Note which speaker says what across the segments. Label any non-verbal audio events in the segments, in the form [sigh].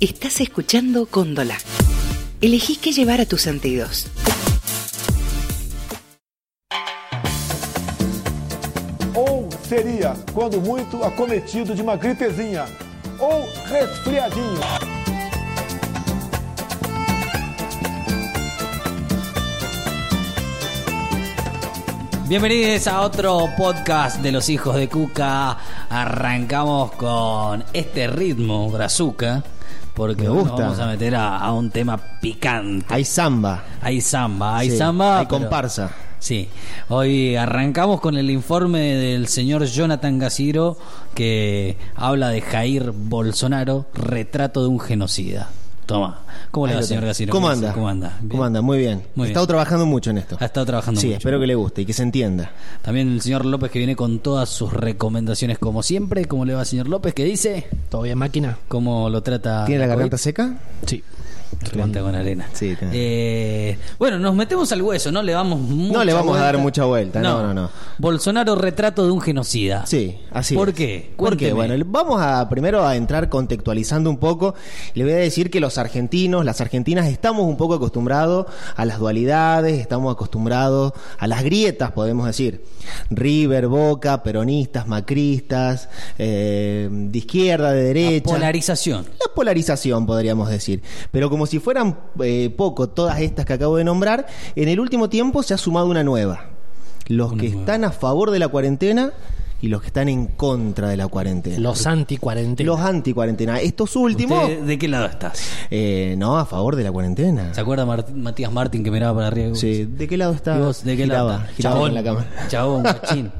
Speaker 1: Estás escuchando Cóndola. Elegí qué llevar a tus sentidos.
Speaker 2: Ou seria, quando muito, acometido de uma gripezinha ou resfriadinho.
Speaker 3: Bienvenidos a otro podcast de los hijos de Cuca. Arrancamos con este ritmo, Brazuca, porque
Speaker 4: Me
Speaker 3: hoy nos
Speaker 4: gusta.
Speaker 3: vamos a meter a, a un tema picante.
Speaker 4: Hay samba.
Speaker 3: Hay samba, hay
Speaker 4: Sí,
Speaker 3: samba.
Speaker 4: Hay
Speaker 3: pero-
Speaker 4: comparsa.
Speaker 3: Sí, hoy arrancamos con el informe del señor Jonathan Gaciro que habla de Jair Bolsonaro, retrato de un genocida. Toma, ¿cómo le
Speaker 4: Ahí
Speaker 3: va,
Speaker 4: lo
Speaker 3: señor
Speaker 4: tengo.
Speaker 3: Gaciro?
Speaker 4: ¿Cómo
Speaker 3: ¿Qué
Speaker 4: anda?
Speaker 3: dice? ¿Cómo anda? ¿Bien?
Speaker 4: ¿Cómo anda? Muy bien.
Speaker 3: Muy
Speaker 4: He estado
Speaker 3: bien.
Speaker 4: trabajando mucho en esto.
Speaker 3: Ha estado trabajando
Speaker 4: Sí,
Speaker 3: mucho.
Speaker 4: espero que le guste y que se entienda.
Speaker 3: También el señor López que viene con todas sus recomendaciones como siempre. ¿Cómo le va, señor López? ¿Qué dice?
Speaker 5: ¿Todo bien, máquina?
Speaker 3: ¿Cómo lo trata?
Speaker 4: ¿Tiene la garganta
Speaker 3: COVID?
Speaker 4: seca?
Speaker 5: Sí.
Speaker 3: Levanta con arena.
Speaker 4: Sí, tiene.
Speaker 3: Eh, bueno, nos metemos al hueso, no le vamos mucha
Speaker 4: le vamos a
Speaker 3: vuelta.
Speaker 4: dar mucha vuelta, no, no, no.
Speaker 3: Bolsonaro retrato de un genocida.
Speaker 4: Sí, así
Speaker 3: Ah. ¿Por
Speaker 4: es.
Speaker 3: qué?
Speaker 4: ¿Por qué?
Speaker 3: Cuénteme.
Speaker 4: Bueno, vamos a primero a entrar contextualizando un poco. Le voy a decir que los argentinos, las argentinas, estamos un poco acostumbrados a las dualidades, estamos acostumbrados a las grietas, podemos decir. River, Boca, peronistas, macristas, eh, de izquierda, de
Speaker 3: La
Speaker 4: derecha.
Speaker 3: polarización.
Speaker 4: La polarización, podríamos decir. Pero como si fueran eh, poco todas estas que acabo de nombrar, en el último tiempo se ha sumado una nueva. Los
Speaker 3: Una
Speaker 4: que
Speaker 3: nueva.
Speaker 4: están a favor de la cuarentena y los que están en contra de la cuarentena.
Speaker 5: Los anti-cuarentena.
Speaker 4: Los anti-cuarentena. Estos últimos,
Speaker 3: ¿Usted ¿De qué lado estás?
Speaker 4: eh, no, a favor de la cuarentena.
Speaker 3: ¿Se acuerda Mart- Matías Martín que miraba para arriba?
Speaker 4: Sí, ¿De qué lado está?
Speaker 3: ¿Y vos de qué
Speaker 4: Giraba,
Speaker 3: lado? estás?
Speaker 4: giraba con
Speaker 3: Chabón,
Speaker 4: la cámara.
Speaker 3: Chabón,
Speaker 4: [laughs]
Speaker 3: guachín.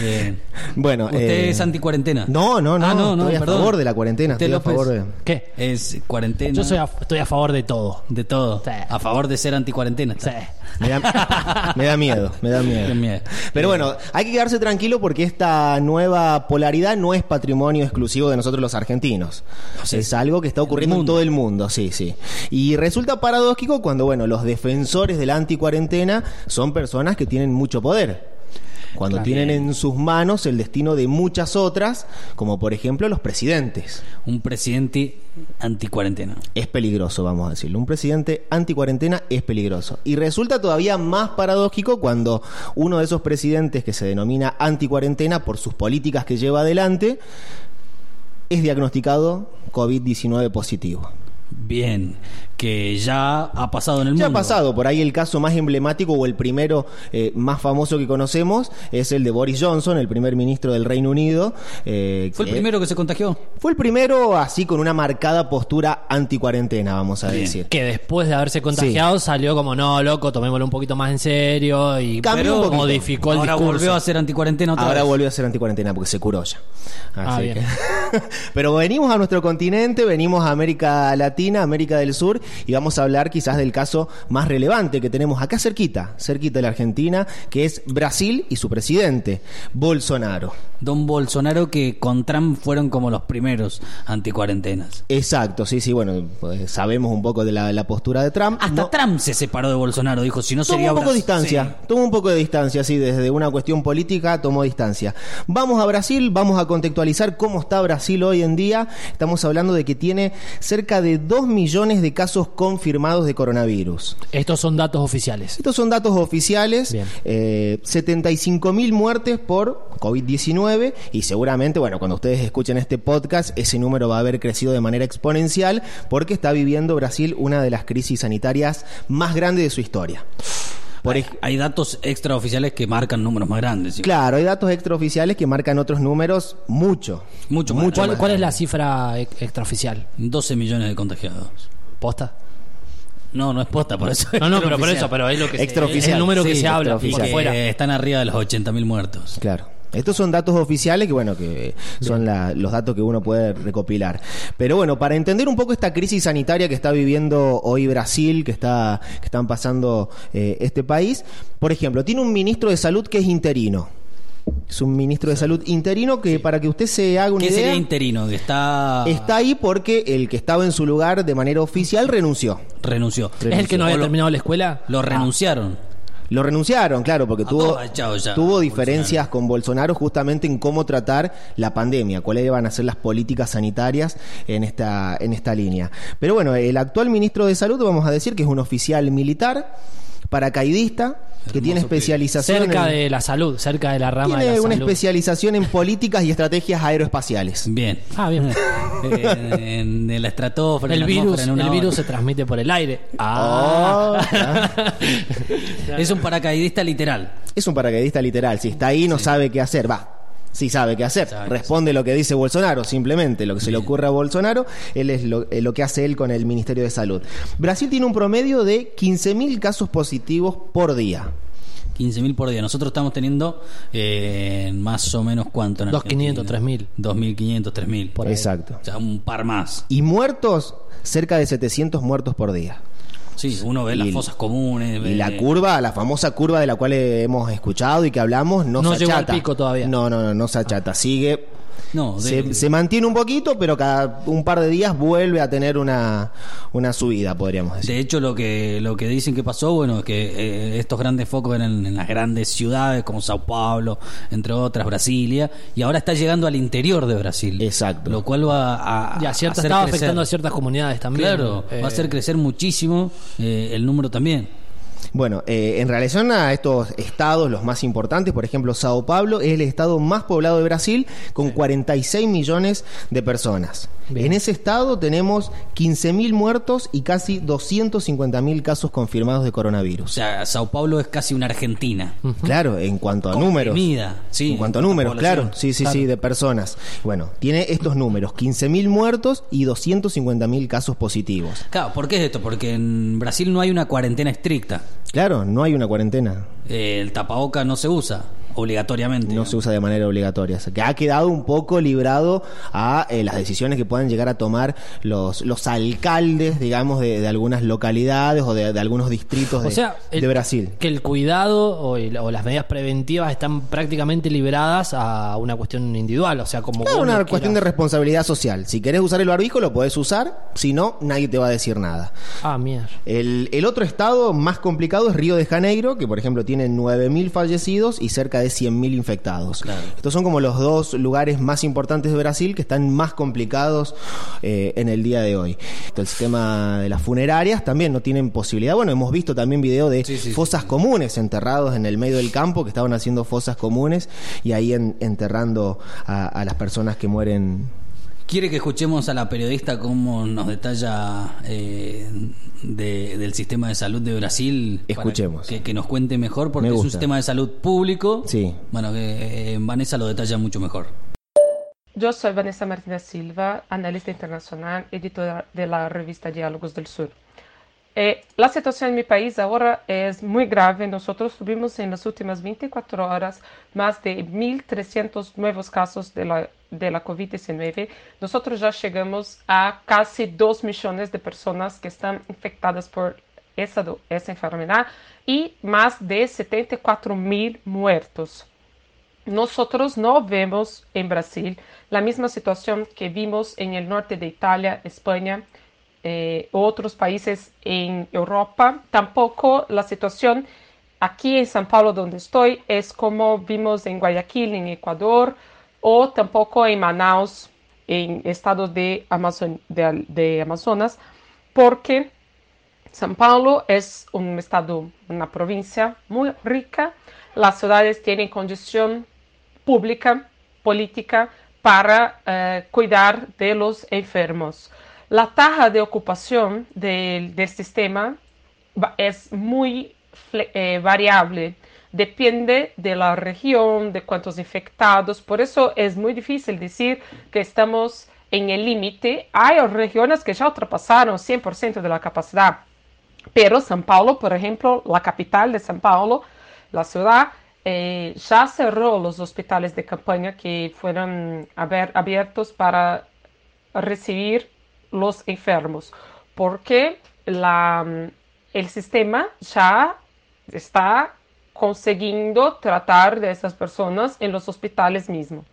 Speaker 3: Bien.
Speaker 4: Bueno,
Speaker 3: ¿Usted
Speaker 4: eh,
Speaker 3: es anticuarentena?
Speaker 4: No, no, no,
Speaker 3: Ah, no, no,
Speaker 4: estoy a
Speaker 3: perdón.
Speaker 4: favor de la cuarentena.
Speaker 3: ¿Usted,
Speaker 4: Estoy a
Speaker 3: López?
Speaker 4: favor de...
Speaker 5: ¿Qué?
Speaker 3: Es cuarentena.
Speaker 5: Yo soy a- estoy a favor de todo.
Speaker 3: de todo.
Speaker 5: Sí.
Speaker 3: A favor de ser anticuarentena.
Speaker 5: Sí.
Speaker 3: está.
Speaker 4: Me da, me da miedo, me da
Speaker 3: [laughs]
Speaker 4: miedo.
Speaker 3: Qué miedo.
Speaker 4: [laughs] Pero bueno, hay que quedarse tranquilo porque esta nueva polaridad no es patrimonio exclusivo de nosotros los argentinos.
Speaker 3: sea,
Speaker 4: es algo que está ocurriendo en
Speaker 3: mundo.
Speaker 4: todo el mundo, sí, sí. Y resulta paradójico cuando, bueno, los defensores de la anticuarentena son personas que tienen mucho poder. Cuando tienen en sus manos el destino de muchas otras, como por ejemplo los presidentes.
Speaker 3: Un presidente anticuarentena.
Speaker 4: Es peligroso, vamos a decirlo. Un presidente anticuarentena es peligroso. Y resulta todavía más paradójico cuando uno de esos presidentes que se denomina anticuarentena por sus políticas que lleva adelante es diagnosticado COVID-19 positivo.
Speaker 3: Bien. Que ya ha pasado en el
Speaker 4: Ya ha
Speaker 3: mundo.
Speaker 4: pasado, por ahí el caso más emblemático o el primero eh, más famoso que conocemos es el de Boris Johnson, el primer ministro del Reino Unido. eh,
Speaker 3: ¿Fue el
Speaker 4: que-
Speaker 3: primero que se contagió?
Speaker 4: Fue el primero así con una marcada postura anticuarentena, vamos a
Speaker 3: Bien.
Speaker 4: decir.
Speaker 5: Que después de haberse contagiado salió como, no, loco, tomémoslo un poquito más en serio y
Speaker 4: Cambió un poquito.
Speaker 5: modificó el
Speaker 3: Ahora
Speaker 5: discurso.
Speaker 3: volvió a ser anticuarentena otra
Speaker 4: Ahora
Speaker 3: vez.
Speaker 4: volvió a ser anticuarentena porque se curó ya.
Speaker 5: Ah,
Speaker 4: Así
Speaker 5: bien.
Speaker 4: que- [laughs] Pero venimos a nuestro continente, venimos a América Latina, América del Sur y vamos a hablar quizás del caso más relevante que tenemos acá cerquita, cerquita de la Argentina, que es Brasil y su presidente, Bolsonaro.
Speaker 3: Don Bolsonaro que con Trump fueron como los primeros anticuarentenas.
Speaker 4: Exacto, sí, sí, bueno, pues sabemos un poco de la, la postura de Trump.
Speaker 3: Hasta
Speaker 4: No-
Speaker 3: Trump se separó de Bolsonaro, dijo, si no
Speaker 4: Tomo
Speaker 3: sería
Speaker 4: un poco de
Speaker 3: Brasil.
Speaker 4: distancia, tomo un poco de distancia, sí, desde una cuestión política tomo distancia. Vamos a Brasil, vamos a contextualizar cómo está Brasil hoy en día. Estamos hablando de que tiene cerca de 2 millones de casos confirmados de coronavirus.
Speaker 5: Estos son datos oficiales.
Speaker 4: Estos son datos oficiales,
Speaker 5: Bien.
Speaker 4: eh, 75 mil muertes por COVID-19 y seguramente, bueno, cuando ustedes escuchen este podcast, ese número va a haber crecido de manera exponencial porque está viviendo Brasil una de las crisis sanitarias más grandes de su historia. Por ej-
Speaker 3: Hay datos extraoficiales que marcan números más grandes. sí.
Speaker 4: Claro, hay datos extraoficiales que marcan otros números mucho.
Speaker 3: Mucho más grandes.
Speaker 4: Mucho
Speaker 5: ¿Cuál,
Speaker 4: más.
Speaker 5: cuál es la cifra e- extraoficial?
Speaker 3: 12 millones de contagiados.
Speaker 5: ¿Posta?
Speaker 3: No, no es posta, por eso.
Speaker 5: [laughs] No, no, pero por
Speaker 3: extraoficial. Eh,
Speaker 5: eso, pero es lo que se-
Speaker 4: Extraoficial.
Speaker 5: es el número que
Speaker 4: Sí,
Speaker 5: se habla
Speaker 4: extraoficial.
Speaker 5: por
Speaker 3: Porque
Speaker 5: fuera.
Speaker 3: están arriba de los 80.000 muertos.
Speaker 4: Claro. Estos son datos oficiales que, bueno, que son la- los datos que uno puede recopilar. Pero bueno, para entender un poco esta crisis sanitaria que está viviendo hoy Brasil, que, está, que están pasando eh, este país, por ejemplo, tiene un ministro de salud que es interino. Es un ministro de salud interino que, para que usted se haga una
Speaker 3: ¿Qué
Speaker 4: idea,
Speaker 3: sería interino? Que está...
Speaker 4: está ahí porque el que estaba en su lugar de manera oficial renunció.
Speaker 3: Renunció.
Speaker 5: ¿Es el que no
Speaker 3: O
Speaker 5: había
Speaker 3: lo-
Speaker 5: terminado la escuela? Ah,
Speaker 3: Lo renunciaron.
Speaker 4: Lo renunciaron, claro, porque
Speaker 3: A
Speaker 4: tuvo,
Speaker 3: todos, chao ya,
Speaker 4: tuvo
Speaker 3: Bolsonaro.
Speaker 4: diferencias con Bolsonaro justamente en cómo tratar la pandemia, cuáles iban a ser las políticas sanitarias en esta, en esta línea. Pero bueno, el actual ministro de Salud, vamos a decir que es un oficial militar, paracaidista, que
Speaker 3: Hermoso pibe.
Speaker 4: tiene especialización
Speaker 5: Cerca
Speaker 4: en,
Speaker 5: de la salud, cerca de la rama de
Speaker 4: tiene
Speaker 5: la
Speaker 4: una
Speaker 5: salud.
Speaker 4: especialización en políticas y estrategias
Speaker 5: [laughs]
Speaker 4: aeroespaciales.
Speaker 3: Bien.
Speaker 5: Ah,
Speaker 4: [laughs]
Speaker 5: bien.
Speaker 3: en, en- en la estratosfera, en
Speaker 5: El
Speaker 3: la
Speaker 5: virus,
Speaker 3: atmósfera, en una
Speaker 5: el
Speaker 3: hora.
Speaker 5: virus se transmite por el aire.
Speaker 4: Ah, claro.
Speaker 3: Es un paracaidista literal.
Speaker 4: Es un paracaidista literal. Si está ahí, no sabe qué hacer. Va. Sí sabe qué hacer.
Speaker 3: Sabe qué
Speaker 4: Responde lo que dice Bolsonaro, simplemente lo que se le ocurre a Bolsonaro, él es lo, eh, lo que hace él con el Ministerio de Salud. Brasil tiene un promedio de 15.000 casos positivos por día.
Speaker 3: 15.000 por día. Nosotros estamos teniendo eh, más o menos cuánto en
Speaker 5: 2.500,
Speaker 3: Argentina?
Speaker 5: 3.000.
Speaker 3: 2.500, 3.000.
Speaker 5: Por ahí.
Speaker 4: Exacto.
Speaker 3: O sea, un par más.
Speaker 4: Y muertos, cerca de 700 muertos por día.
Speaker 3: Sí, uno ve las
Speaker 4: Y-
Speaker 3: fosas comunes.
Speaker 4: Y
Speaker 3: ve-
Speaker 4: la curva, la famosa curva de la cual hemos escuchado y que hablamos, no,
Speaker 5: No
Speaker 4: se
Speaker 5: llegó al
Speaker 4: achata.
Speaker 5: pico todavía. Ah.
Speaker 4: No, no, no, no se achata. Sigue.
Speaker 3: No, de-
Speaker 4: se, se mantiene un poquito, pero cada un par de días vuelve a tener una, una subida, podríamos decir.
Speaker 3: De hecho, lo que, lo que dicen que pasó, bueno, es que eh, estos grandes focos eran en las grandes ciudades como Sao Paulo, entre otras, Brasilia, y ahora está llegando al interior de Brasil.
Speaker 4: Exacto.
Speaker 3: Lo cual va a,
Speaker 5: Y a ciertas,
Speaker 3: hacer
Speaker 5: estaba
Speaker 3: crecer.
Speaker 5: afectando a ciertas comunidades también.
Speaker 3: Claro,
Speaker 5: Eh,
Speaker 3: va a hacer crecer muchísimo eh, el número también.
Speaker 4: Bueno, eh, en relación a estos estados, los más importantes, por ejemplo, Sao Paulo es el estado más poblado de Brasil con 46 millones de personas.
Speaker 5: Bien.
Speaker 4: En ese estado tenemos 15.000 muertos y casi 250.000 casos confirmados de
Speaker 3: O
Speaker 4: coronavirus.
Speaker 3: sea, Sao Paulo es casi una Argentina.
Speaker 5: Mm.
Speaker 4: Claro, en cuanto a números.
Speaker 3: Comprimida, sí,
Speaker 4: en cuanto a
Speaker 3: la
Speaker 4: números,
Speaker 3: población.
Speaker 4: claro. Sí, sí,
Speaker 3: Claro.
Speaker 4: sí, de personas. Bueno, tiene estos números, 15.000 muertos y 250.000 casos positivos.
Speaker 3: Claro, ¿por qué es esto? Porque en Brasil no hay una cuarentena estricta.
Speaker 4: Claro, no hay una cuarentena.
Speaker 3: Eh, el tapaboca no se usa obligatoriamente.
Speaker 4: No se usa de manera obligatoria. O sea, que ha quedado un poco librado a eh, las decisiones que puedan llegar a tomar los, los alcaldes, digamos, de, de algunas localidades o de, de algunos distritos de,
Speaker 5: o sea, el-
Speaker 4: de Brasil.
Speaker 5: Que el cuidado o, el- o las medidas preventivas están prácticamente liberadas a una cuestión individual. O sea, como.
Speaker 4: Es
Speaker 5: vos
Speaker 4: una
Speaker 5: lo
Speaker 4: cuestión de
Speaker 5: quieras.
Speaker 4: responsabilidad social. Si querés usar el barbijo, lo podés usar. Si no, nadie te va a decir nada.
Speaker 5: Ah, mierda.
Speaker 4: El, el otro estado más complicado es Río de Janeiro, que por ejemplo tiene 9.000 fallecidos y cerca de 100.000 infectados.
Speaker 3: Claro.
Speaker 4: Estos son como los dos lugares más importantes de Brasil que están más complicados eh, en el día de hoy. El sistema de las funerarias también no tienen posibilidad. Bueno, hemos visto también video de
Speaker 3: Sí, sí, sí,
Speaker 4: fosas comunes enterrados en el medio del campo, que estaban haciendo fosas comunes y ahí en- enterrando a, a las personas que mueren.
Speaker 3: ¿Quiere que escuchemos a la periodista cómo nos detalla eh, de- del sistema de salud de Brasil? Para
Speaker 4: Escuchemos.
Speaker 3: Que, que nos cuente mejor, porque
Speaker 4: Me
Speaker 3: es un
Speaker 4: gusta.
Speaker 3: sistema de salud público.
Speaker 4: Sí.
Speaker 3: Bueno, que eh, Vanessa lo detalla mucho mejor.
Speaker 6: Yo soy Vanessa Martínez Silva, analista internacional, editora de la revista Diálogos del Sur. Eh, la situación en mi país ahora es muy grave. Nosotros tuvimos en las últimas 24 horas más de 1.300 nuevos casos de la, de la COVID-19. Nosotros ya llegamos a casi 2 millones de personas que están infectadas por esa, do- esa enfermedad y más de 74 mil muertos. Nosotros no vemos en Brasil la misma situación que vimos en el norte de Italia, España, eh, otros países en Europa. Tampoco la situación aquí en San Paulo, donde estoy, es como vimos en Guayaquil, en Ecuador, o tampoco en Manaus, en estados de, Amazon- de- de Amazonas, porque São Paulo es un estado, una provincia muy rica. Las ciudades tienen condición pública, política, para eh, cuidar de los enfermos. La tasa de ocupación del, del sistema va- es muy fle- eh, variable, depende de la región, de cuántos infectados, por eso es muy difícil decir que estamos en el límite. Hay regiones que ya ultrapasaron 100% de la capacidad, pero São Paulo, por ejemplo, la capital de São Paulo, la ciudad, eh, ya cerró los hospitales de campaña que fueron aber- abiertos para recibir los enfermos, porque la- el sistema ya está consiguiendo tratar de esas personas en los hospitales mismos.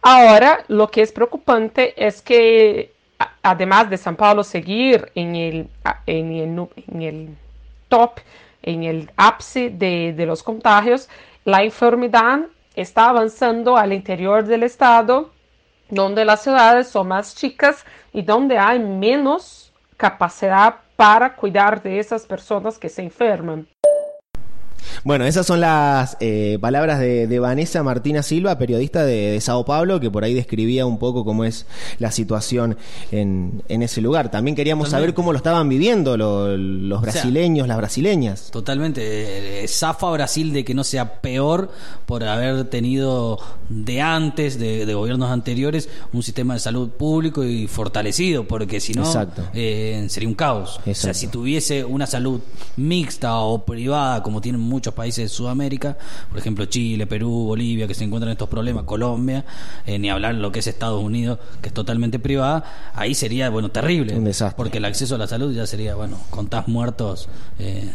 Speaker 6: Ahora, lo que es preocupante es que, a- además de San Paulo seguir en el, a- en el, nu- en el top en el ápice de, de los contagios, la enfermedad está avanzando al interior del estado, donde las ciudades son más chicas y donde hay menos capacidad para cuidar de esas personas que se enferman.
Speaker 4: Bueno, esas son las eh, palabras de, de, Vanessa Martina Silva, periodista de, de, Sao Paulo, que por ahí describía un poco cómo es la situación en, en ese lugar. También queríamos Totalmente. saber cómo lo estaban viviendo lo, los brasileños, o sea, las brasileñas.
Speaker 3: Totalmente. Eh, Zafa Brasil de que no sea peor por haber tenido de antes, de, de gobiernos anteriores, un sistema de salud público y fortalecido, porque si no, eh, sería un caos. Exacto. O sea, si tuviese una salud mixta o privada, como tienen muchos muchos países de Sudamérica, por ejemplo Chile, Perú, Bolivia, que se encuentran estos problemas, Colombia, eh, ni hablar lo que es Estados Unidos, que es totalmente privada, ahí sería, bueno, terrible.
Speaker 4: Un desastre.
Speaker 3: Porque el acceso a la salud ya sería, bueno, contás muertos. Eh,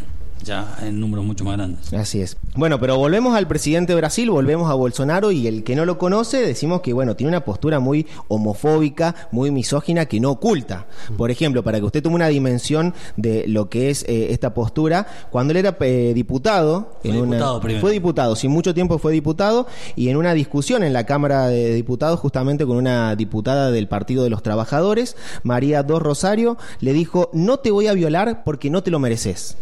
Speaker 3: ya en números mucho más grandes.
Speaker 4: Así es. Bueno, pero volvemos al presidente de Brasil, volvemos a Bolsonaro y el que no lo conoce decimos que bueno, tiene una postura muy homofóbica, muy misógina que no oculta.
Speaker 3: Mm.
Speaker 4: Por ejemplo, para que usted tome una dimensión de lo que es eh, esta postura, cuando él era eh, diputado,
Speaker 3: fue en diputado
Speaker 4: una,
Speaker 3: primero.
Speaker 4: fue diputado, sin mucho tiempo fue diputado y en una discusión en la Cámara de Diputados justamente con una diputada del Partido de los Trabajadores, María Dos Rosario, le dijo, "No te voy a violar porque no te lo mereces."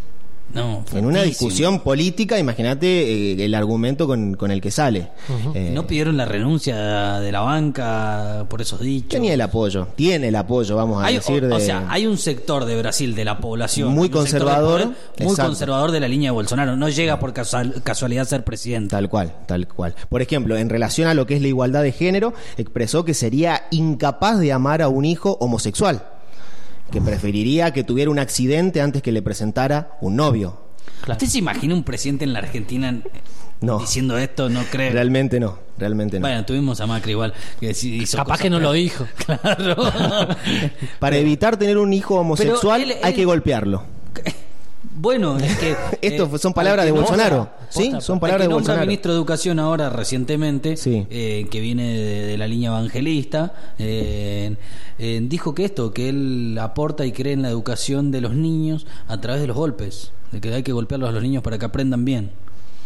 Speaker 3: No,
Speaker 4: en una discusión política, imagínate eh, el argumento con, con, el que sale.
Speaker 3: Uh -huh. eh, no pidieron la renuncia de la banca por esos dichos.
Speaker 4: Tenía el apoyo, tiene el apoyo, vamos a
Speaker 3: hay,
Speaker 4: decir.
Speaker 3: O, de, o, sea, hay un sector de Brasil, de la población.
Speaker 4: Muy conservador. Poder,
Speaker 3: muy exacto. conservador de la línea de Bolsonaro. No llega por casual, casualidad a ser presidente.
Speaker 4: Tal cual, tal cual. Por ejemplo, en relación a lo que es la igualdad de género, expresó que sería incapaz de amar a un hijo homosexual que preferiría que tuviera un accidente antes que le presentara un novio.
Speaker 3: Claro. ¿Usted se imagina un presidente en la Argentina
Speaker 4: no.
Speaker 3: diciendo esto? No creo.
Speaker 4: Realmente no, realmente no.
Speaker 3: Eh. Bueno, tuvimos a Macri igual. Que hizo
Speaker 5: Capaz que no claras. lo
Speaker 4: [laughs]
Speaker 5: dijo.
Speaker 3: [laughs] Claro. eh,
Speaker 4: Para evitar tener un hijo homosexual él, él... hay que golpearlo.
Speaker 3: Bueno, es
Speaker 4: [laughs]
Speaker 3: que.
Speaker 4: Esto eh, son palabras de no, Bolsonaro. O sea, sí, son palabras de Bolsonaro.
Speaker 3: ministro de Educación ahora recientemente,
Speaker 4: sí.
Speaker 3: eh, que viene de, de, la línea evangelista, eh, dijo que esto, que él aporta y cree en la educación de los niños a través de los golpes, de que hay que golpearlos a los niños para que aprendan bien.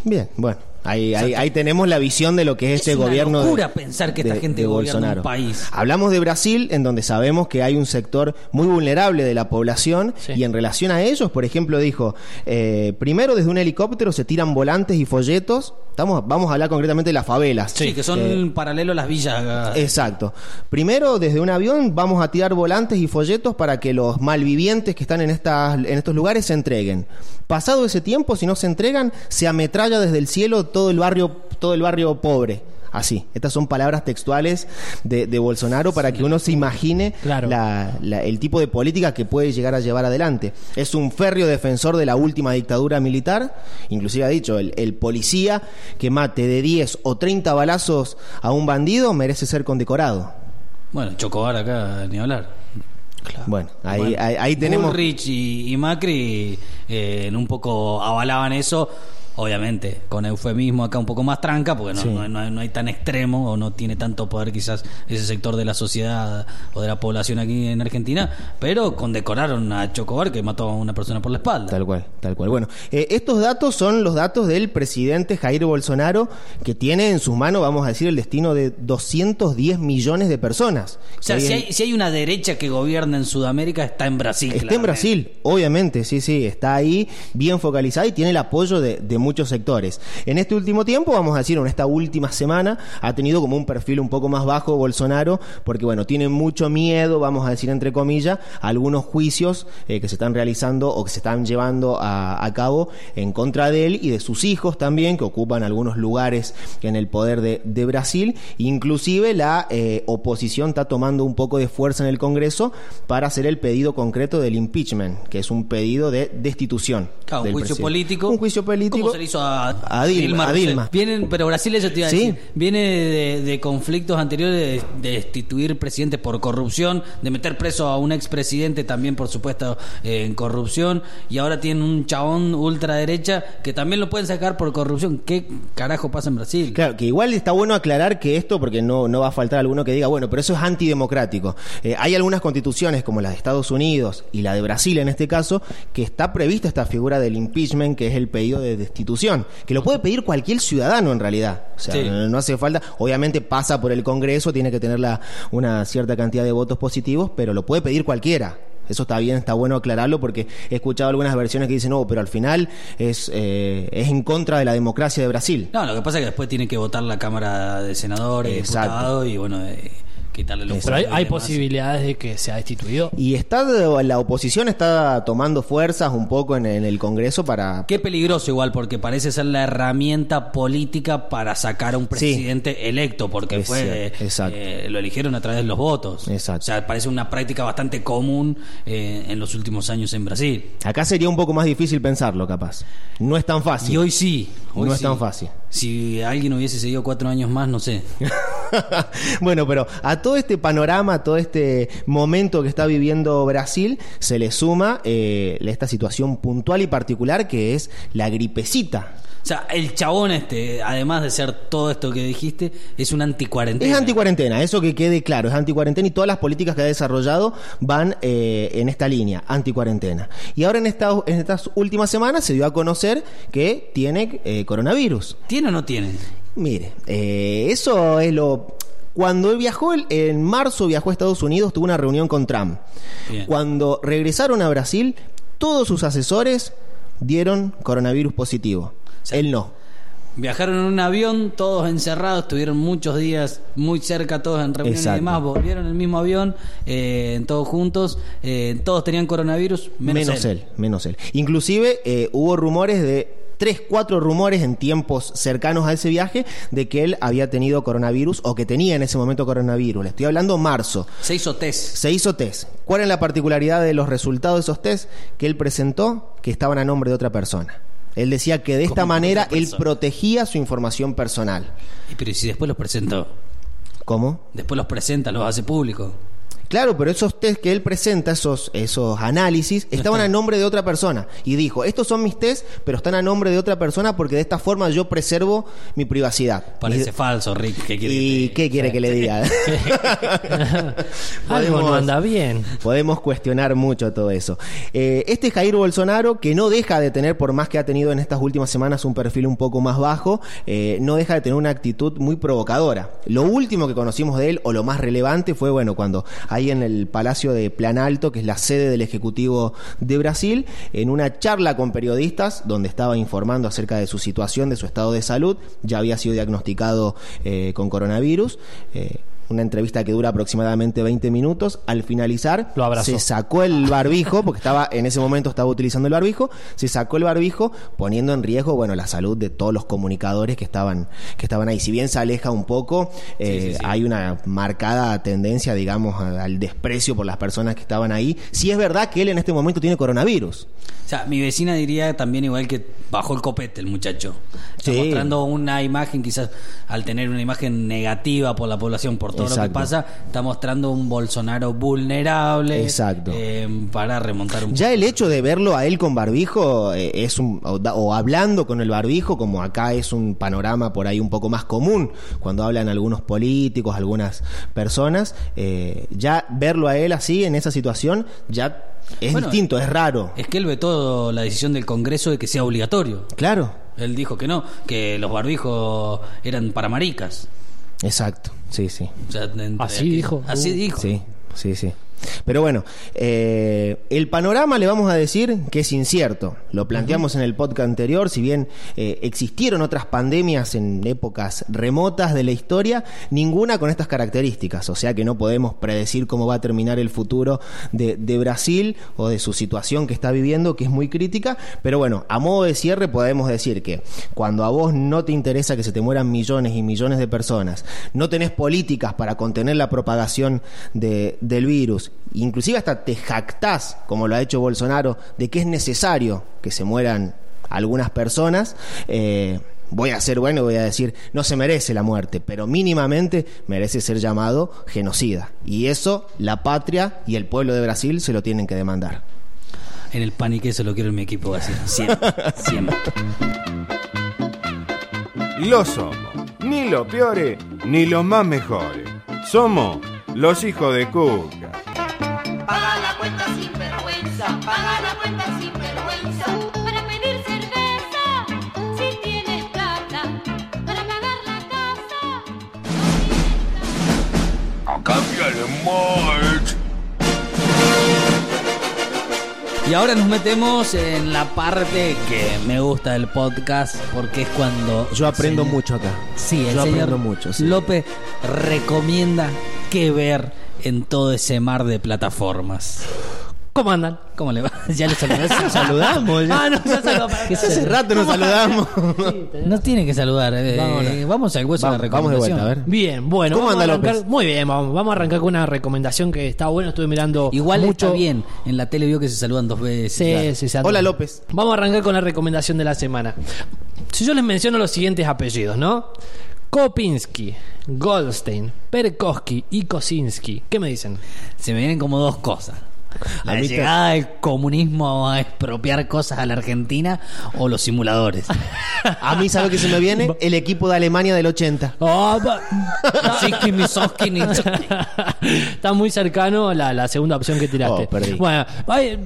Speaker 4: Bien, bueno. Ahí, ahí, ahí, tenemos la visión de lo que es,
Speaker 3: es
Speaker 4: este
Speaker 3: una
Speaker 4: gobierno.
Speaker 3: locura de, pensar que esta de, gente de gobierna un país.
Speaker 4: Hablamos de Brasil, en donde sabemos que hay un sector muy vulnerable de la población
Speaker 5: Sí.
Speaker 4: y en relación a ellos, por ejemplo, dijo: eh, primero desde un helicóptero se tiran volantes y folletos. Estamos, vamos a hablar concretamente de las favelas.
Speaker 3: Sí, que son
Speaker 4: Eh,
Speaker 3: paralelo a las villas.
Speaker 4: exacto. Primero desde un avión vamos a tirar volantes y folletos para que los malvivientes que están en estas, en estos lugares se entreguen. Pasado ese tiempo, si no se entregan, se ametralla desde el cielo todo el barrio, todo el barrio pobre. Así, estas son palabras textuales de, de Bolsonaro para que uno se imagine
Speaker 5: Claro.
Speaker 4: la- la- el tipo de política que puede llegar a llevar adelante. Es un férreo defensor de la última dictadura militar, inclusive ha dicho, el, el policía que mate de 10 o 30 balazos a un bandido merece ser condecorado.
Speaker 3: Bueno, Chocobar acá, ni hablar.
Speaker 4: Bueno, ahí,
Speaker 3: Bueno,
Speaker 4: ahí, ahí tenemos...
Speaker 3: Bullrich y, y Macri eh, en un poco avalaban eso, obviamente, con eufemismo acá un poco más tranca, porque no,
Speaker 4: Sí.
Speaker 3: no, no hay- no hay tan extremo o no tiene tanto poder quizás ese sector de la sociedad o de la población aquí en Argentina, pero condecoraron a Chocobar que mató a una persona por la espalda.
Speaker 4: Tal cual, tal cual. Bueno, eh, estos datos son los datos del presidente Jair Bolsonaro, que tiene en sus manos, vamos a decir, el destino de 210 millones de personas.
Speaker 3: O sea,
Speaker 4: Que
Speaker 3: si
Speaker 4: hoy en-
Speaker 3: hay, si hay una derecha que gobierna en Sudamérica, está en Brasil.
Speaker 4: Está en
Speaker 3: claramente.
Speaker 4: Brasil, obviamente, sí, sí, está ahí bien focalizada y tiene el apoyo de, de muchos sectores. En este último tiempo, vamos a decir, en esta última semana, ha tenido como un perfil un poco más bajo Bolsonaro, porque bueno, tiene mucho miedo, vamos a decir entre comillas, a algunos juicios eh, que se están realizando o que se están llevando a, a cabo en contra de él y de sus hijos también, que ocupan algunos lugares en el poder de, de Brasil. Inclusive la eh, oposición está tomando un poco de fuerza en el Congreso para hacer el pedido concreto del impeachment, que es un pedido de destitución.
Speaker 3: Claro, un
Speaker 4: del
Speaker 3: juicio
Speaker 4: presidente.
Speaker 3: político.
Speaker 4: Un juicio político.
Speaker 3: Como se le hizo a,
Speaker 4: A Dilma, a
Speaker 3: Rousseff.
Speaker 4: Dilma.
Speaker 3: Vienen, pero Brasil, eso te iba a
Speaker 4: Sí.
Speaker 3: decir, viene de, de conflictos anteriores de, de destituir presidente por corrupción, de meter preso a un expresidente también, por supuesto, eh, en corrupción, y ahora tienen un chabón ultraderecha que también lo pueden sacar por corrupción. ¿Qué carajo pasa en Brasil?
Speaker 4: Claro, que igual está bueno aclarar que esto, porque no, no va a faltar alguno que diga, bueno, pero eso es antidemocrático. Eh, hay algunas constituciones, como la de Estados Unidos y la de Brasil en este caso, que está prevista esta figura del impeachment, que es el pedido de destitución, que lo puede pedir cualquier ciudadano en realidad. O sea,
Speaker 3: Sí.
Speaker 4: no, no hace falta, obviamente pasa por el Congreso, tiene que tener la- una cierta cantidad de votos positivos, pero lo puede pedir cualquiera. Eso está bien, está bueno aclararlo porque he escuchado algunas versiones que dicen, no, pero al final es, eh, es en contra de la democracia de Brasil.
Speaker 3: No, lo que pasa es que después tiene que votar la Cámara de Senadores,
Speaker 4: Exacto.
Speaker 3: diputados y bueno, eh, quitarle los
Speaker 5: Pero hay,
Speaker 3: poderes
Speaker 5: hay
Speaker 3: y demás.
Speaker 5: posibilidades de que sea destituido.
Speaker 4: Y está la oposición está tomando fuerzas un poco en, en el Congreso para
Speaker 3: Qué peligroso igual, porque parece ser la herramienta política para sacar a un presidente electo, porque
Speaker 4: Es
Speaker 3: fue
Speaker 4: cierto,
Speaker 3: eh,
Speaker 4: exacto.
Speaker 3: eh, lo eligieron a través de los votos.
Speaker 4: Exacto.
Speaker 3: O sea, parece una práctica bastante común eh, en los últimos años en Brasil.
Speaker 4: acá sería un poco más difícil pensarlo, capaz. No es tan fácil.
Speaker 3: Y hoy sí. hoy
Speaker 4: No es
Speaker 3: sí.
Speaker 4: tan fácil.
Speaker 3: Si alguien hubiese seguido cuatro años más, no
Speaker 4: [laughs]
Speaker 3: sé.
Speaker 4: [laughs] bueno, pero a todo este panorama, a todo este momento que está viviendo Brasil, se le suma eh, esta situación puntual y particular que es la gripecita.
Speaker 3: O sea, el chabón este, además de ser todo esto que dijiste, es un anticuarentena.
Speaker 4: Es anticuarentena, eso que quede claro, es anticuarentena y todas las políticas que ha desarrollado van eh, en esta línea, anticuarentena. Y ahora en, esta- en estas últimas semanas se dio a conocer que tiene eh, coronavirus.
Speaker 3: ¿Tiene o no tiene?
Speaker 4: Mire, eh, eso es lo... Cuando él viajó, el- en marzo viajó a Estados Unidos, tuvo una reunión con Trump.
Speaker 3: Bien.
Speaker 4: Cuando regresaron a Brasil, todos sus asesores dieron coronavirus positivo.
Speaker 3: Sí.
Speaker 4: Él no.
Speaker 3: Viajaron en un avión, todos encerrados, estuvieron muchos días muy cerca, todos en reuniones
Speaker 4: Exacto.
Speaker 3: y demás, volvieron en el mismo avión, eh, todos juntos, eh, todos tenían coronavirus, menos, él.
Speaker 4: menos él. Inclusive eh, hubo rumores de tres, cuatro rumores en tiempos cercanos a ese viaje de que él había tenido coronavirus o que tenía en ese momento coronavirus. Le estoy hablando marzo.
Speaker 3: Se hizo test.
Speaker 4: Se hizo test. ¿Cuál es la particularidad de los resultados de esos test que él presentó que estaban a nombre de otra persona? Él decía que de esta
Speaker 3: ¿Cómo
Speaker 4: manera
Speaker 3: otra
Speaker 4: él
Speaker 3: persona?
Speaker 4: protegía su información personal.
Speaker 3: Y Pero ¿y si después los presentó,
Speaker 4: ¿Cómo?
Speaker 3: después los presenta, los hace público.
Speaker 4: Claro, pero esos test que él presenta, esos, esos análisis, estaban a nombre de otra persona. Y dijo, estos son mis test, pero están a nombre de otra persona porque de esta forma yo preservo mi privacidad.
Speaker 3: Parece falso, Rick. ¿qué quiere que
Speaker 4: ¿Y
Speaker 3: te-
Speaker 4: qué
Speaker 3: [laughs]
Speaker 4: quiere que le diga?
Speaker 5: Algo no
Speaker 4: Podemos-
Speaker 5: anda bien.
Speaker 4: Podemos cuestionar mucho todo eso. Eh, este es Jair Bolsonaro, que no deja de tener, por más que ha tenido en estas últimas semanas un perfil un poco más bajo, eh, no deja de tener una actitud muy provocadora. Lo último que conocimos de él, o lo más relevante, fue, bueno, cuando ahí en el Palacio de Planalto, que es la sede del Ejecutivo de Brasil, en una charla con periodistas, donde estaba informando acerca de su situación, de su estado de salud, ya había sido diagnosticado eh, con coronavirus. eh, una entrevista que dura aproximadamente 20 minutos. Al finalizar,
Speaker 5: Lo abrazó.
Speaker 4: se sacó el barbijo, porque estaba en ese momento estaba utilizando el barbijo, se sacó el barbijo poniendo en riesgo, bueno, la salud de todos los comunicadores que estaban que estaban ahí. Si bien se aleja un poco, eh, hay una marcada tendencia, digamos, a- al desprecio por las personas que estaban ahí. Si es verdad que él en este momento tiene coronavirus.
Speaker 3: O sea, mi vecina diría también igual que bajó el copete el muchacho. Está
Speaker 4: Sí.
Speaker 3: mostrando una imagen, quizás al tener una imagen negativa por la población, por todo lo que
Speaker 4: Exacto.
Speaker 3: pasa, está mostrando un Bolsonaro vulnerable.
Speaker 4: Exacto.
Speaker 3: eh, para remontar un
Speaker 4: Ya el hecho de verlo a él con barbijo eh, es un, o, da- o hablando con el barbijo, como acá es un panorama por ahí un poco más común, cuando hablan algunos políticos, algunas personas, eh, ya verlo a él así, en esa situación, ya es
Speaker 3: Bueno,
Speaker 4: distinto, es raro.
Speaker 3: Es que él vetó la decisión del Congreso de que sea obligatorio.
Speaker 4: Claro,
Speaker 3: Él dijo que no, que los barbijos eran para maricas.
Speaker 4: exacto, sí, sí.
Speaker 3: O sea, entre-
Speaker 5: Así dijo.
Speaker 3: Así
Speaker 5: Uh.
Speaker 3: dijo.
Speaker 4: Sí, sí, sí. Pero bueno, eh, el panorama le vamos a decir que es incierto. Lo planteamos en el podcast anterior, si bien eh, existieron otras pandemias en épocas remotas de la historia, ninguna con estas características. O sea que no podemos predecir cómo va a terminar el futuro de, de Brasil o de su situación que está viviendo, que es muy crítica. Pero bueno, a modo de cierre podemos decir que cuando a vos no te interesa que se te mueran millones y millones de personas, no tenés políticas para contener la propagación de- del virus, inclusive hasta te jactás, como lo ha hecho Bolsonaro, de que es necesario que se mueran algunas personas. Eh, voy a ser bueno, voy a decir, no se merece la muerte, pero mínimamente merece ser llamado genocida. Y eso la patria y el pueblo de Brasil se lo tienen que demandar.
Speaker 3: En el panique se lo quiero en mi equipo así.
Speaker 4: [laughs]
Speaker 3: Siempre. siempre.
Speaker 7: Lo somos. Ni lo peores, ni los más mejores. Somos los hijos de Cuca.
Speaker 8: Paga la cuenta sin vergüenza, paga la cuenta sin vergüenza. Para pedir cerveza, si tienes plata. Para pagar la casa,
Speaker 3: Y ahora nos metemos en la parte que me gusta del podcast porque es cuando.
Speaker 4: Yo aprendo
Speaker 3: señor-
Speaker 4: mucho acá.
Speaker 3: Sí, el
Speaker 4: Yo
Speaker 3: señor
Speaker 4: aprendo mucho. sí.
Speaker 3: López recomienda qué ver en todo ese mar de plataformas.
Speaker 5: ¿Cómo andan?
Speaker 3: ¿Cómo le va? [laughs] Ya le saludás.
Speaker 4: [laughs] Saludamos. ya.
Speaker 5: Ah, no, ya saludamos.
Speaker 3: ¿Qué
Speaker 4: Hace
Speaker 3: salud- [laughs]
Speaker 4: rato nos saludamos.
Speaker 3: No tiene que saludar. eh,
Speaker 5: Vámonos.
Speaker 3: vamos al hueso
Speaker 4: Vamos-
Speaker 3: de la
Speaker 4: vamos de
Speaker 3: recomendación.
Speaker 4: vuelta, a ver.
Speaker 5: Bien, bueno.
Speaker 4: ¿Cómo
Speaker 5: vamos
Speaker 4: anda
Speaker 5: a arrancar-
Speaker 4: López?
Speaker 5: Muy bien, vamos, vamos a arrancar con una recomendación que está buena. Estuve mirando
Speaker 3: Igual
Speaker 5: mucho.
Speaker 3: está bien. En la tele vio que se saludan dos veces.
Speaker 5: Sí,
Speaker 3: claro.
Speaker 5: sí, se anda.
Speaker 4: Hola López.
Speaker 5: Vamos a arrancar con la recomendación de la semana. Si yo les menciono los siguientes apellidos, ¿no? Kopinski, Goldstein, Perkowski y Kosinski. ¿Qué me dicen?
Speaker 3: Se me vienen como dos cosas. La
Speaker 4: A mí te-
Speaker 3: llegada del comunismo a expropiar cosas a la Argentina o los
Speaker 5: [laughs]
Speaker 3: simuladores.
Speaker 4: A mí, ¿sabe que se me viene? El equipo de Alemania del 80.
Speaker 5: Oh, va-
Speaker 3: Así que mis Soskin y-
Speaker 5: [laughs] Está muy cercano a la, la segunda opción que tiraste.
Speaker 4: Oh, perdí.
Speaker 5: Bueno, ay,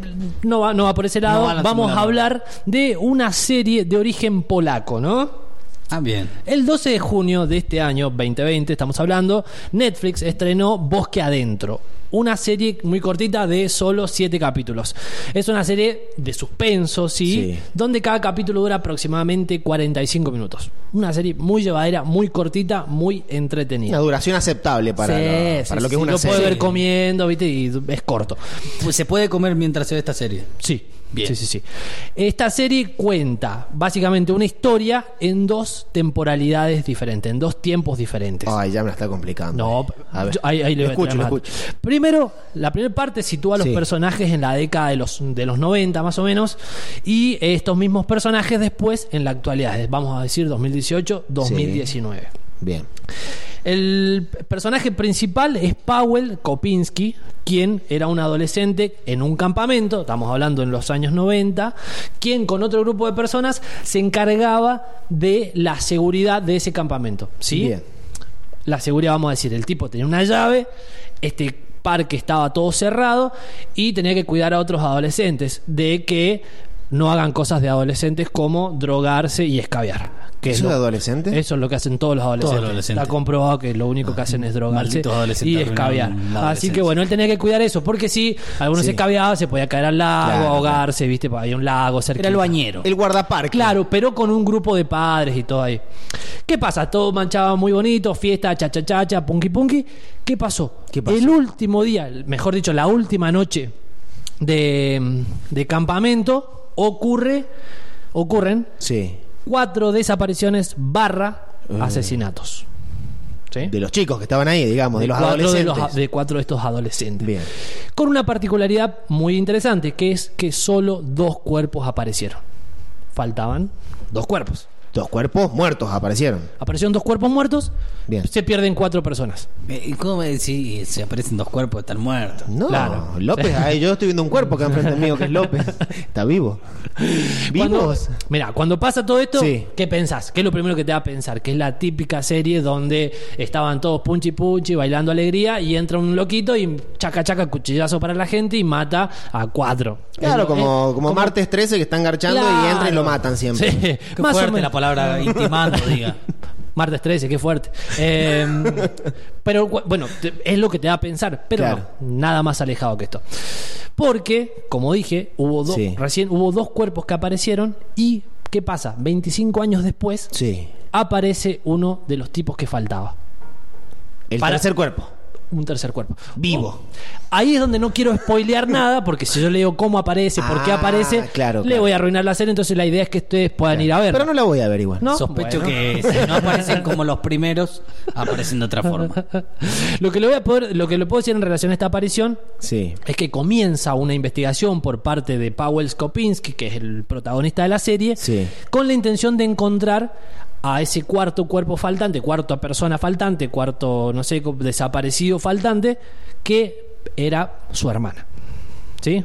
Speaker 5: no va, no va por ese lado.
Speaker 3: No van a
Speaker 5: Vamos a
Speaker 3: simular.
Speaker 5: hablar de una serie de origen polaco, ¿no?
Speaker 3: Ah, bien.
Speaker 5: El 12 de junio de este año 2020, estamos hablando, Netflix estrenó Bosque Adentro, una serie muy cortita de solo 7 capítulos. Es una serie de suspenso, ¿sí?
Speaker 4: Sí.
Speaker 5: Donde cada capítulo dura aproximadamente 45 minutos. Una serie muy llevadera, muy cortita, muy entretenida.
Speaker 4: Una duración aceptable para,
Speaker 5: Sí,
Speaker 4: lo,
Speaker 5: sí,
Speaker 4: para lo que es
Speaker 5: sí,
Speaker 4: una
Speaker 5: lo puede
Speaker 4: serie.
Speaker 5: ver comiendo, ¿viste? Y es corto.
Speaker 3: Pues se puede comer mientras se ve esta serie.
Speaker 5: Sí,
Speaker 3: Bien.
Speaker 5: sí, sí, sí. Esta serie cuenta básicamente una historia en dos temporalidades diferentes, en dos tiempos diferentes.
Speaker 4: Ay, ya me la está complicando.
Speaker 5: No,
Speaker 4: A ver.
Speaker 5: yo- ahí, ahí le voy a
Speaker 4: escucho,
Speaker 5: tirar
Speaker 4: lo
Speaker 5: más.
Speaker 4: escucho.
Speaker 5: Primero, la primera parte sitúa a los
Speaker 4: Sí.
Speaker 5: personajes en la década de los, de los 90 más o menos y estos mismos personajes después en la actualidad, vamos a decir 2018-2019.
Speaker 4: Bien.
Speaker 5: El personaje principal es Powell Kopinski, quien era un adolescente en un campamento, estamos hablando en los años 90, quien con otro grupo de personas se encargaba de la seguridad de ese campamento. ¿sí?
Speaker 4: Bien.
Speaker 5: la seguridad, vamos a decir, el tipo tenía una llave, este parque estaba todo cerrado y tenía que cuidar a otros adolescentes de que no hagan cosas de adolescentes como drogarse y escabiar. Que
Speaker 4: ¿Eso de adolescente?
Speaker 5: Eso es lo que hacen todos los adolescentes.
Speaker 3: adolescentes.
Speaker 5: Está comprobado que lo único que hacen
Speaker 3: Ah,
Speaker 5: es drogarse
Speaker 3: Malditos adolescentes
Speaker 5: y escabiar.
Speaker 3: arruinaron la
Speaker 5: Así que
Speaker 3: adolescencia.
Speaker 5: bueno, él tenía que cuidar eso, porque si algunos
Speaker 4: Sí.
Speaker 5: se escabiaban, se podía caer al lago,
Speaker 4: Claro,
Speaker 5: ahogarse, viste, pues, había un lago cerca.
Speaker 3: Era el bañero.
Speaker 4: El guardaparque.
Speaker 5: Claro, pero con un grupo de padres y todo ahí. ¿Qué pasa? Todo manchado muy bonito, fiesta, cha cha cha cha, punky punky. ¿Qué pasó?
Speaker 4: ¿Qué pasó?
Speaker 5: El último día, mejor dicho, la última noche de, de campamento ocurre ocurren
Speaker 4: Sí.
Speaker 5: cuatro desapariciones barra
Speaker 4: Eh.
Speaker 5: asesinatos. ¿Sí?
Speaker 4: De los chicos que estaban ahí, digamos, de los
Speaker 5: cuatro de los-
Speaker 4: adolescentes.
Speaker 5: de cuatro de estos adolescentes.
Speaker 4: Bien.
Speaker 5: Con una particularidad muy interesante, que es que solo dos cuerpos aparecieron. Faltaban dos cuerpos.
Speaker 4: Dos cuerpos muertos aparecieron.
Speaker 5: Aparecieron dos cuerpos muertos,
Speaker 4: Bien.
Speaker 5: se pierden cuatro personas.
Speaker 3: Eh, ¿y ¿Cómo si se aparecen dos cuerpos están muertos?
Speaker 4: No,
Speaker 5: Claro.
Speaker 4: López, ahí yo estoy viendo un cuerpo acá enfrente mío que es
Speaker 5: [laughs]
Speaker 4: López. Está vivo.
Speaker 5: Cuando,
Speaker 4: ¿Vivos?
Speaker 5: mira, cuando pasa todo esto,
Speaker 4: Sí.
Speaker 5: ¿qué pensás? ¿Qué es lo primero que te va a pensar? Que es la típica serie donde estaban todos punchi punchi bailando alegría y entra un loquito y chaca chaca cuchillazo para la gente y mata a cuatro.
Speaker 4: Claro,
Speaker 5: Es-
Speaker 4: como,
Speaker 5: es-
Speaker 4: como, martes 13 que están garchando y
Speaker 5: eh, Claro.
Speaker 4: entran y lo matan siempre.
Speaker 5: Sí,
Speaker 3: Qué
Speaker 5: más o
Speaker 3: fuerte
Speaker 5: menos.
Speaker 3: la
Speaker 5: [laughs]
Speaker 3: palabra intimando, diga.
Speaker 5: Martes 13, qué fuerte. Eh, pero gu- bueno, te- es lo que te da a pensar, pero
Speaker 4: Claro.
Speaker 5: no, nada más alejado que esto. Porque, como dije, hubo dos,
Speaker 4: Sí.
Speaker 5: recién hubo dos cuerpos que aparecieron y ¿qué pasa? 25 años después
Speaker 4: Sí.
Speaker 5: aparece uno de los tipos que faltaba.
Speaker 4: El
Speaker 5: Para-
Speaker 4: tercer cuerpo.
Speaker 5: un tercer cuerpo. Oh.
Speaker 4: Vivo.
Speaker 5: Ahí es donde no quiero spoilear nada, porque si yo le digo cómo aparece, por qué
Speaker 4: Ah,
Speaker 5: aparece,
Speaker 4: claro,
Speaker 5: le
Speaker 4: claro.
Speaker 5: voy a arruinar la serie. Entonces la idea es que ustedes puedan ir a ver.
Speaker 4: Pero no la voy a ver igual.
Speaker 5: No.
Speaker 3: Sospecho
Speaker 5: Bueno.
Speaker 3: que si no aparecen como los primeros, aparecen de otra forma.
Speaker 5: Lo que le voy a poder, lo que le puedo decir en relación a esta aparición
Speaker 4: Sí.
Speaker 5: es que comienza una investigación por parte de Powell Skopinski, que es el protagonista de la serie,
Speaker 4: Sí.
Speaker 5: con la intención de encontrar a ese cuarto cuerpo faltante, cuarta persona faltante, cuarto, no sé, co- desaparecido faltante, que era su hermana. ¿Sí?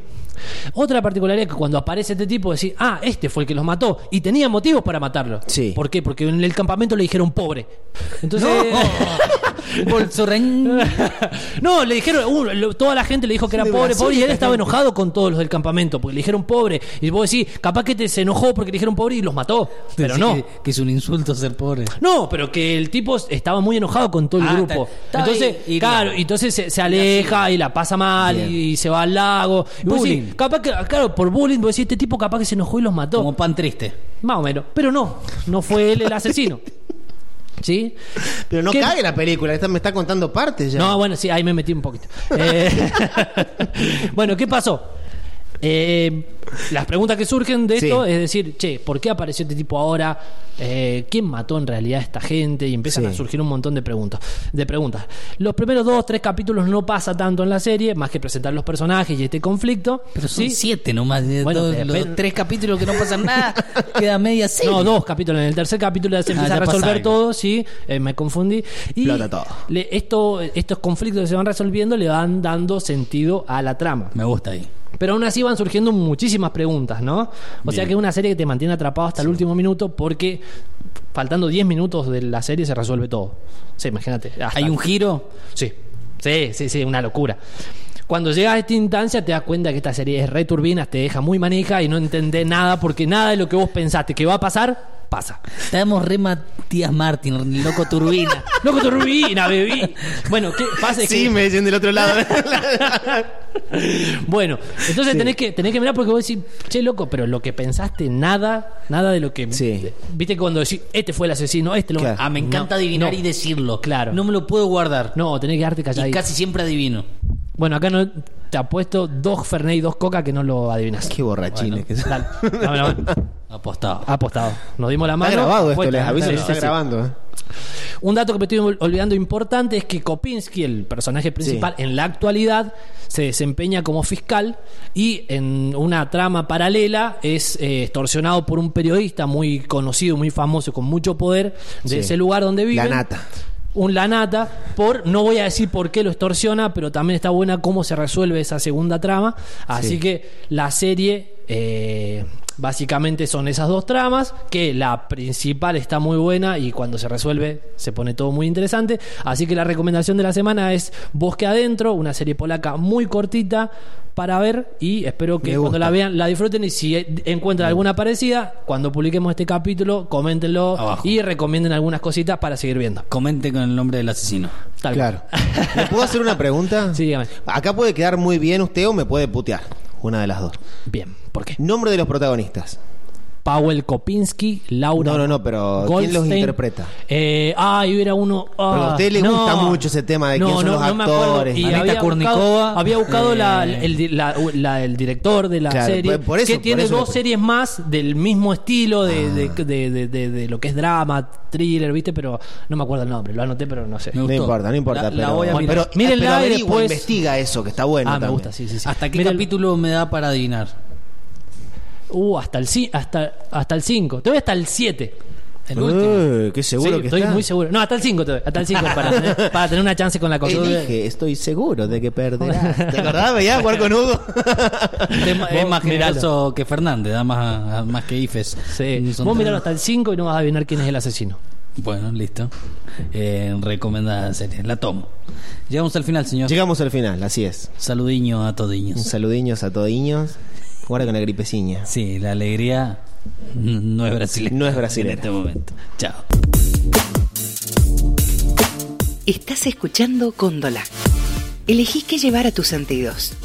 Speaker 5: Otra particularidad es que cuando aparece este tipo decís, ah, este fue el que los mató y tenía motivos para matarlo.
Speaker 4: Sí.
Speaker 5: ¿Por qué? Porque en el campamento le dijeron pobre. Entonces... [laughs]
Speaker 3: Bolsorren.
Speaker 5: No, le dijeron, uh, lo- toda la gente le dijo que era
Speaker 4: De
Speaker 5: pobre,
Speaker 4: Brasil,
Speaker 5: pobre, y él
Speaker 4: esta
Speaker 5: estaba
Speaker 4: gente.
Speaker 5: enojado con todos los del campamento, porque le dijeron pobre, y vos decís, capaz que te se enojó porque le dijeron pobre y los mató, pero
Speaker 3: Decí
Speaker 5: no.
Speaker 3: Que, que es un insulto ser pobre.
Speaker 5: No, pero que el tipo estaba muy enojado con todo el
Speaker 3: Ah,
Speaker 5: grupo.
Speaker 3: está- está
Speaker 5: entonces,
Speaker 3: ahí, iría.
Speaker 5: claro, y entonces se, se aleja y la pasa mal
Speaker 3: Bien.
Speaker 5: y, se va al lago. Y vos decís,
Speaker 3: Bullying.
Speaker 5: capaz que, claro, por bullying, vos decís, este tipo capaz que se enojó y los mató.
Speaker 3: Como pan triste.
Speaker 5: Más o menos. Pero no, no fue él el asesino. ¿Sí?
Speaker 4: Pero no
Speaker 5: ¿Qué-
Speaker 4: cae la película, esta- me está contando partes ya.
Speaker 5: No, bueno, sí, ahí me metí un poquito. Eh, [laughs] bueno, ¿qué pasó? Eh, las preguntas que surgen de
Speaker 4: Sí.
Speaker 5: esto es decir, che, ¿por qué apareció este tipo ahora? Eh, ¿Quién mató en realidad a esta gente? Y empiezan
Speaker 4: Sí.
Speaker 5: a surgir un montón de preguntas, de preguntas. Los primeros dos, tres capítulos no pasa tanto en la serie, más que presentar los personajes y este conflicto.
Speaker 3: Pero son
Speaker 5: Sí.
Speaker 3: siete nomás. de
Speaker 5: Bueno,
Speaker 3: todos
Speaker 5: te-
Speaker 3: los
Speaker 5: pero-
Speaker 3: tres capítulos que no pasan nada. Queda media serie.
Speaker 5: No, dos capítulos. En el tercer capítulo ya se
Speaker 3: Ah,
Speaker 5: empieza a
Speaker 3: ya pasa
Speaker 5: resolver
Speaker 3: algo.
Speaker 5: todo, sí, eh, me confundí. Y
Speaker 4: Explota todo.
Speaker 5: le- esto, estos conflictos que se van resolviendo le van dando sentido a la trama.
Speaker 3: Me gusta ahí.
Speaker 5: Pero aún así van surgiendo muchísimas preguntas, ¿no? O
Speaker 3: Bien.
Speaker 5: sea que es una serie que te mantiene atrapado hasta el último minuto porque faltando 10 minutos de la serie se resuelve todo. Sí, imagínate. hasta-
Speaker 3: Hay un giro.
Speaker 5: Sí, sí, sí, sí, una locura. Cuando llegas a esta instancia te das cuenta que esta serie es re turbina, te deja muy manija y no entendés nada porque nada de lo que vos pensaste que va a pasar, pasa.
Speaker 3: Estamos re Matías Martín, loco [laughs]
Speaker 5: [laughs]
Speaker 3: turbina.
Speaker 5: Loco turbina, bebí. Bueno, ¿qué pasa? Es
Speaker 4: Sí,
Speaker 5: que-
Speaker 4: me dicen del otro
Speaker 5: [laughs]
Speaker 4: lado.
Speaker 5: Bueno, entonces tenés, que, tenés que mirar porque vos decís, che, loco, pero lo que pensaste, nada, nada de lo que.
Speaker 4: Sí.
Speaker 5: Viste que cuando decís, este fue el asesino, este lo.
Speaker 4: Claro.
Speaker 3: Ah, me encanta
Speaker 5: No,
Speaker 3: adivinar
Speaker 5: no.
Speaker 3: y decirlo.
Speaker 5: Claro.
Speaker 3: No me lo puedo guardar.
Speaker 5: No, tenés que quedarte
Speaker 3: y
Speaker 5: calladito.
Speaker 3: casi siempre adivino.
Speaker 5: Bueno, acá no te apuesto dos Fernet y dos Coca que no lo
Speaker 4: [laughs]
Speaker 5: adivinas.
Speaker 4: Qué borrachines que son.
Speaker 5: Dale, dame la mano.
Speaker 3: Apostado.
Speaker 5: Apostado. Nos dimos la mano.
Speaker 4: Está grabado esto,
Speaker 5: apuesta,
Speaker 4: les aviso
Speaker 5: dale,
Speaker 4: que
Speaker 5: sí,
Speaker 4: está
Speaker 5: sí.
Speaker 4: grabando. eh.
Speaker 5: Un dato que me estoy ol- olvidando importante es que Kopinski, el personaje principal, en la actualidad se desempeña como fiscal y en una trama paralela es eh, extorsionado por un periodista muy conocido, muy famoso, con mucho poder de
Speaker 4: Sí.
Speaker 5: ese lugar donde
Speaker 4: La
Speaker 5: vive.
Speaker 4: nata.
Speaker 5: Un lanata por, no voy a decir por qué lo extorsiona, pero también está buena cómo se resuelve esa segunda trama. Así
Speaker 4: Sí.
Speaker 5: que la serie, eh, básicamente son esas dos tramas, que la principal está muy buena y cuando se resuelve se pone todo muy interesante. Así que la recomendación de la semana es Bosque Adentro, una serie polaca muy cortita para ver y espero que
Speaker 4: Me
Speaker 5: cuando
Speaker 4: gusta.
Speaker 5: la vean la disfruten y si eh, encuentran alguna parecida, cuando publiquemos este capítulo, coméntenlo
Speaker 3: Abajo.
Speaker 5: y recomienden algunas cositas para seguir viendo.
Speaker 3: Comente con el nombre del asesino.
Speaker 5: Tal [laughs]
Speaker 4: Claro.
Speaker 5: cual.
Speaker 4: ¿Le puedo hacer una pregunta?
Speaker 5: Sí, dígame.
Speaker 4: Acá puede quedar muy bien usted o me puede putear. Una de las dos.
Speaker 5: Bien, ¿por qué?
Speaker 4: Nombre de los protagonistas.
Speaker 5: Powell Kopinski, Laura.
Speaker 4: No, no, no, pero ¿quién
Speaker 5: Goldstein.
Speaker 4: los interpreta?
Speaker 5: Eh, ah, y era uno. ah,
Speaker 4: Porque a usted le
Speaker 5: no.
Speaker 4: gusta mucho ese tema de quién son los
Speaker 5: me acuerdo.
Speaker 4: actores.
Speaker 5: Y
Speaker 3: Anita
Speaker 5: había buscado,
Speaker 3: Kournikova,
Speaker 5: había buscado
Speaker 3: eh,
Speaker 5: la- el, di- la- la- el director de la
Speaker 4: Claro,
Speaker 5: serie,
Speaker 4: por- por eso-
Speaker 5: que
Speaker 4: por
Speaker 5: tiene
Speaker 4: eso Ah.
Speaker 5: dos
Speaker 4: lo-
Speaker 5: series más del mismo estilo de, de- de- de- de- de lo que es drama, thriller, ¿viste? Pero no me acuerdo el nombre, lo anoté, pero no sé.
Speaker 3: Me
Speaker 4: No
Speaker 3: gustó.
Speaker 4: importa, no importa.
Speaker 3: La- la
Speaker 4: pero,
Speaker 3: voy a
Speaker 4: bueno,
Speaker 3: mirar.
Speaker 4: pero-
Speaker 5: Mírenla
Speaker 4: pero
Speaker 5: y
Speaker 4: averigua,
Speaker 5: después-
Speaker 4: investiga eso, que está bueno.
Speaker 5: ah, me
Speaker 4: también.
Speaker 5: gusta, sí, sí, sí.
Speaker 3: ¿Hasta qué
Speaker 5: Mira el-
Speaker 3: capítulo me da para adivinar?
Speaker 5: Uh, hasta el 5. Hasta, hasta el 5. Te voy hasta el 7.
Speaker 3: El
Speaker 4: Uh,
Speaker 3: último.
Speaker 4: Uy, Eh, qué seguro
Speaker 5: Sí,
Speaker 4: que
Speaker 5: estoy
Speaker 4: está.
Speaker 5: muy seguro. No, hasta el 5 Hasta el 5
Speaker 4: [laughs]
Speaker 5: para, tener- para tener una chance con la cosa.
Speaker 4: Yo Eh, dije, estoy seguro de que
Speaker 5: [laughs]
Speaker 4: perderás. ¿Te acordás? Veía jugar con Hugo. [laughs]
Speaker 3: Este es ma- es
Speaker 5: [laughs] Vos
Speaker 3: más
Speaker 5: miralo.
Speaker 3: generoso que Fernández, da más, más que IFES.
Speaker 5: Sí.
Speaker 3: Son
Speaker 5: Vos
Speaker 3: tres-
Speaker 5: miralo hasta el 5 y no vas a adivinar quién es el asesino.
Speaker 3: Bueno, listo. Eh, recomendada serie. La tomo. Llegamos al final, señor.
Speaker 4: Llegamos al final, así es.
Speaker 3: Saludiño a
Speaker 4: Un
Speaker 3: todiños.
Speaker 4: saludiños a todiños. Guarda con la gripeciña.
Speaker 3: Sí, la alegría n- no es brasileña.
Speaker 4: No es brasileña.
Speaker 3: En este momento. Chao.
Speaker 1: Estás escuchando Cóndola. Elegí que llevar a tus sentidos.